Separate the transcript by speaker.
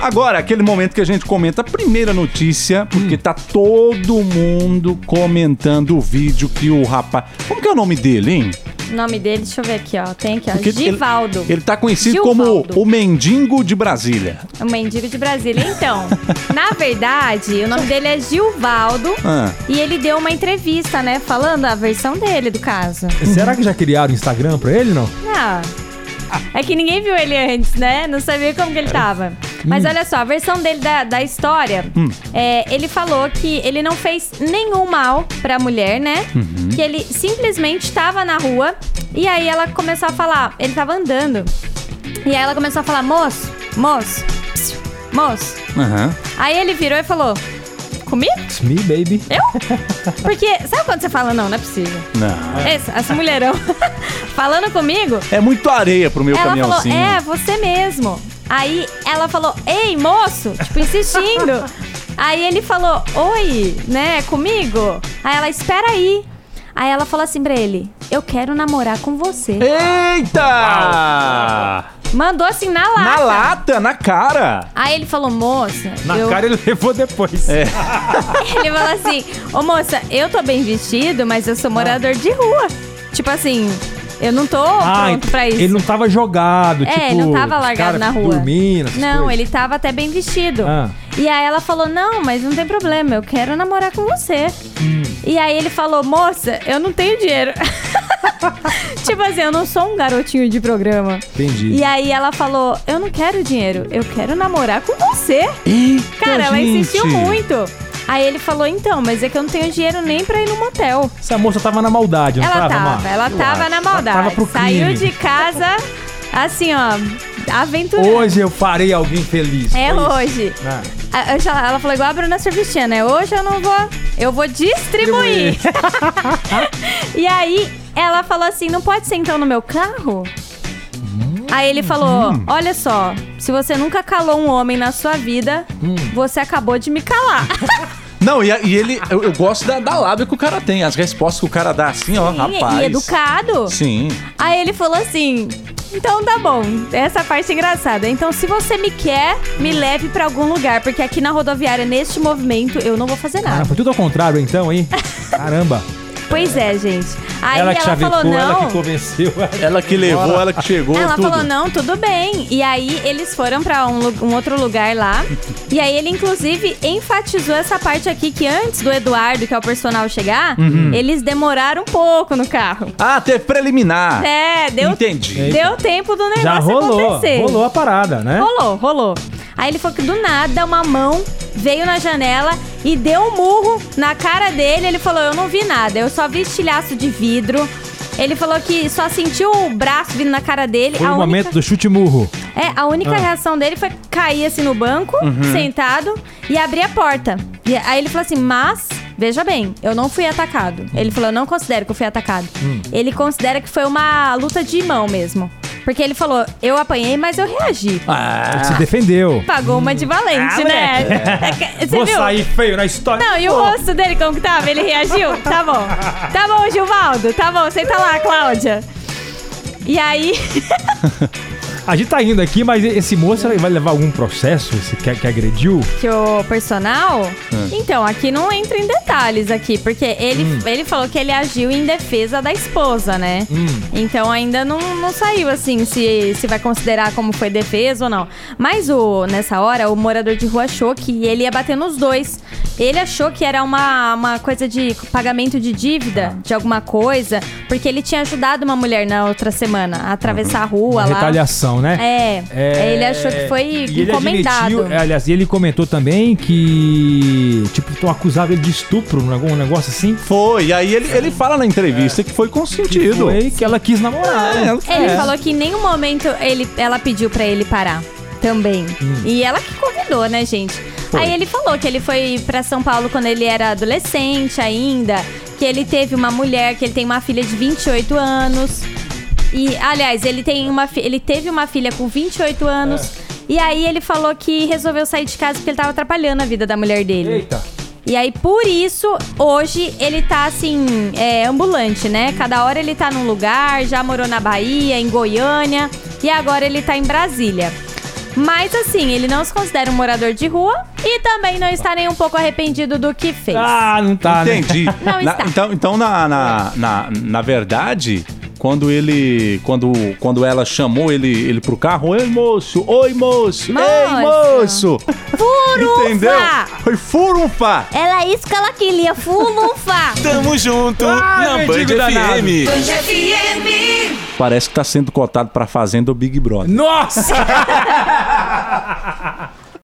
Speaker 1: Agora, aquele momento que a gente comenta a primeira notícia, porque tá todo mundo comentando o vídeo que o rapaz. Como que é o nome dele, hein?
Speaker 2: O nome dele, deixa eu ver aqui, ó. Tem aqui, ó.
Speaker 1: Porque ele-
Speaker 2: Givaldo.
Speaker 1: Ele, tá conhecido
Speaker 2: Givaldo.
Speaker 1: como o Mendigo de Brasília.
Speaker 2: O É um mendigo de Brasília. Então, na verdade, o nome dele é Gilvaldo.
Speaker 1: Ah.
Speaker 2: E ele deu uma entrevista, né? Falando a versão dele do caso.
Speaker 3: Será que já criaram Instagram pra ele, não?
Speaker 2: Ah. É que ninguém viu ele antes, né? Não sabia como que ele tava. Mas olha só, a versão dele da, da história, é, ele falou que ele não fez nenhum mal pra mulher, né? Que ele simplesmente tava na rua e aí ela começou a falar, ele tava andando. E aí ela começou a falar, moço, moço, psiu, moço.
Speaker 1: Aham.
Speaker 2: Aí ele virou e falou, comigo?
Speaker 3: It's me, baby.
Speaker 2: Eu? Porque sabe quando você fala, não, não é possível.
Speaker 1: Não.
Speaker 2: Esse, esse mulherão falando comigo,
Speaker 1: É muito areia pro meu
Speaker 2: ela falou,
Speaker 1: caminhãozinho.
Speaker 2: é, você mesmo. Aí ela falou, ei, moço, tipo, insistindo. aí ele falou, oi, né, comigo? Aí ela, espera aí. Aí ela falou assim pra ele, eu quero namorar com você.
Speaker 1: Eita!
Speaker 2: Mandou assim na lata.
Speaker 1: Na lata, na cara.
Speaker 2: Aí ele falou, moça,
Speaker 3: Na
Speaker 2: eu...
Speaker 3: cara ele levou depois.
Speaker 2: ele falou assim, ô moça, eu tô bem vestido, mas eu sou morador de rua. Tipo assim, eu não tô pronto pra isso.
Speaker 3: Ah, ele não tava jogado,
Speaker 2: É,
Speaker 3: tipo...
Speaker 2: ele não tava
Speaker 3: os
Speaker 2: largado
Speaker 3: cara
Speaker 2: na rua.
Speaker 3: Dormindo, essas
Speaker 2: não,
Speaker 3: coisas.
Speaker 2: ele tava até bem vestido.
Speaker 3: Ah.
Speaker 2: E aí ela falou: Não, mas não tem problema, eu quero namorar com você.
Speaker 3: Hum.
Speaker 2: E aí ele falou: Moça, eu não tenho dinheiro. tipo assim, eu não sou um garotinho de programa.
Speaker 3: Entendi.
Speaker 2: E aí ela falou: Eu não quero dinheiro, eu quero namorar com você.
Speaker 1: Eita,
Speaker 2: Cara, ela
Speaker 1: gente.
Speaker 2: insistiu muito. Aí ele falou: Então, mas é que eu não tenho dinheiro nem pra ir no motel.
Speaker 3: Essa moça tava na maldade, não
Speaker 2: Ela
Speaker 3: tava,
Speaker 2: tava,
Speaker 3: Mar?
Speaker 2: ela tava na maldade.
Speaker 3: Tava pro
Speaker 2: Saiu
Speaker 3: crime.
Speaker 2: de casa, assim, ó, aventurando.
Speaker 3: Hoje eu farei alguém feliz.
Speaker 2: É
Speaker 3: Foi isso.
Speaker 2: hoje.
Speaker 3: Ah.
Speaker 2: A- eu já- Ela falou igual a Bruna Servistian, né? Hoje eu não vou. Eu vou distribuir. e aí ela falou assim: não pode ser então no meu carro? Aí ele falou:
Speaker 3: Hum.
Speaker 2: olha só, se você nunca calou um homem na sua vida,
Speaker 3: Hum.
Speaker 2: você acabou de me calar.
Speaker 1: Não, e, e ele. Eu, eu gosto da, da lábia que o cara tem, as respostas que o cara dá assim, ó, rapaz.
Speaker 2: E educado.
Speaker 1: Sim.
Speaker 2: Aí ele falou assim: então tá bom, essa parte é engraçada. Então se você me quer, me leve pra algum lugar, porque aqui na rodoviária, neste movimento, eu não vou fazer nada.
Speaker 3: Ah, foi tudo ao contrário, então, hein? Caramba.
Speaker 2: Pois é, gente. Aí
Speaker 3: ela
Speaker 2: ela,
Speaker 3: que chavecou,
Speaker 2: falou não. É,
Speaker 3: ela que convenceu.
Speaker 1: Ela que levou, ela que chegou,
Speaker 2: Ela
Speaker 1: tudo.
Speaker 2: falou, não, tudo bem. E aí, eles foram pra um, lu- um outro lugar lá. E aí, ele, inclusive, enfatizou essa parte aqui, que antes do Eduardo, que é o personal, chegar,
Speaker 3: Uhum.
Speaker 2: eles demoraram um pouco no carro.
Speaker 1: Ah, teve preliminar.
Speaker 2: É, deu,
Speaker 1: Entendi.
Speaker 2: deu tempo do negócio
Speaker 3: Já rolou.
Speaker 2: acontecer.
Speaker 3: Rolou a parada, né?
Speaker 2: Rolou, rolou. Aí ele falou que do nada uma mão veio na janela e deu um murro na cara dele. Ele falou: Eu não vi nada, eu só vi estilhaço de vidro. Ele falou que só sentiu o braço vindo na cara dele.
Speaker 3: Foi
Speaker 2: a
Speaker 3: o
Speaker 2: única,
Speaker 3: momento do chute-murro.
Speaker 2: É, a única reação dele foi cair assim no banco, sentado, e abrir a porta. E aí ele falou assim: Mas, veja bem, eu não fui atacado. Ele falou: Eu não considero que eu fui atacado. Ele considera que foi uma luta de mão mesmo. Porque ele falou: Eu apanhei, mas eu reagi.
Speaker 3: Ele
Speaker 1: Ah,
Speaker 3: se defendeu.
Speaker 2: Pagou uma de valente,
Speaker 3: Ah,
Speaker 2: né? É que- Você
Speaker 3: Vou
Speaker 2: viu?
Speaker 3: sair feio na história.
Speaker 2: Não, e o
Speaker 3: Pô.
Speaker 2: rosto dele como que tava? Ele reagiu? Tá bom. Tá bom, Gilvaldo. Tá bom, senta lá, Cláudia. E aí,
Speaker 3: A gente tá indo aqui, mas esse moço ele vai levar algum processo esse que, que agrediu?
Speaker 2: que o personal...
Speaker 3: É.
Speaker 2: Então, aqui não entra em detalhes aqui, porque ele,
Speaker 3: Hum.
Speaker 2: ele falou que ele agiu em defesa da esposa, né?
Speaker 3: Hum.
Speaker 2: Então ainda não, não saiu, assim, se, se vai considerar como foi defesa ou não. Mas o nessa hora, o morador de rua achou que ele ia bater nos dois. Ele achou que era uma, uma coisa de pagamento de
Speaker 3: Ah.
Speaker 2: dívida, de alguma coisa, porque ele tinha ajudado uma mulher na outra semana a atravessar a rua
Speaker 3: Uhum. Uma
Speaker 2: lá.
Speaker 3: retaliação, né?
Speaker 2: É, ele achou que foi
Speaker 3: e ele
Speaker 2: encomendado.
Speaker 3: admitiu- é, aliás, ele comentou também que, tipo, estão acusado ele de estupro, um negócio- um negócio assim.
Speaker 1: foi. E aí ele, ele fala na entrevista que foi
Speaker 3: Que,
Speaker 1: consentido.
Speaker 3: foi que ela quis namorar. né?
Speaker 1: É, ela-
Speaker 2: Ele falou que em nenhum momento ele, ela pediu pra ele parar também. E ela que convidou, né, gente? Aí ele falou que ele foi pra São Paulo quando ele era adolescente ainda, que ele teve uma mulher, que ele tem uma filha de 28 anos. E, aliás, ele tem uma fi- ele teve uma filha com 28 anos. E aí ele falou que resolveu sair de casa porque ele tava atrapalhando a vida da mulher dele.
Speaker 3: Eita.
Speaker 2: E aí, por isso, hoje ele tá assim, é, ambulante, né? Cada hora ele tá num lugar, já morou na Bahia, em Goiânia e agora ele tá em Brasília. Mas assim, ele não se considera um morador de rua e também não está nem um pouco arrependido do que fez.
Speaker 3: Ah, não tá, né?
Speaker 1: Entendi. Na-
Speaker 2: Não está.
Speaker 1: então, então na, na, na, na verdade, quando ele. Quando, quando ela chamou ele, ele pro carro, oi moço, oi moço, ei moço!
Speaker 2: Moço.
Speaker 1: Entendeu? Foi furunfa!
Speaker 2: Ela é isso que ela queria, fulufa!
Speaker 4: Tamo junto
Speaker 3: Ah,
Speaker 4: na Band
Speaker 3: mendigo danado.
Speaker 4: FM.
Speaker 1: Parece que tá sendo cotado pra Fazenda ou Big Brother.
Speaker 3: Nossa!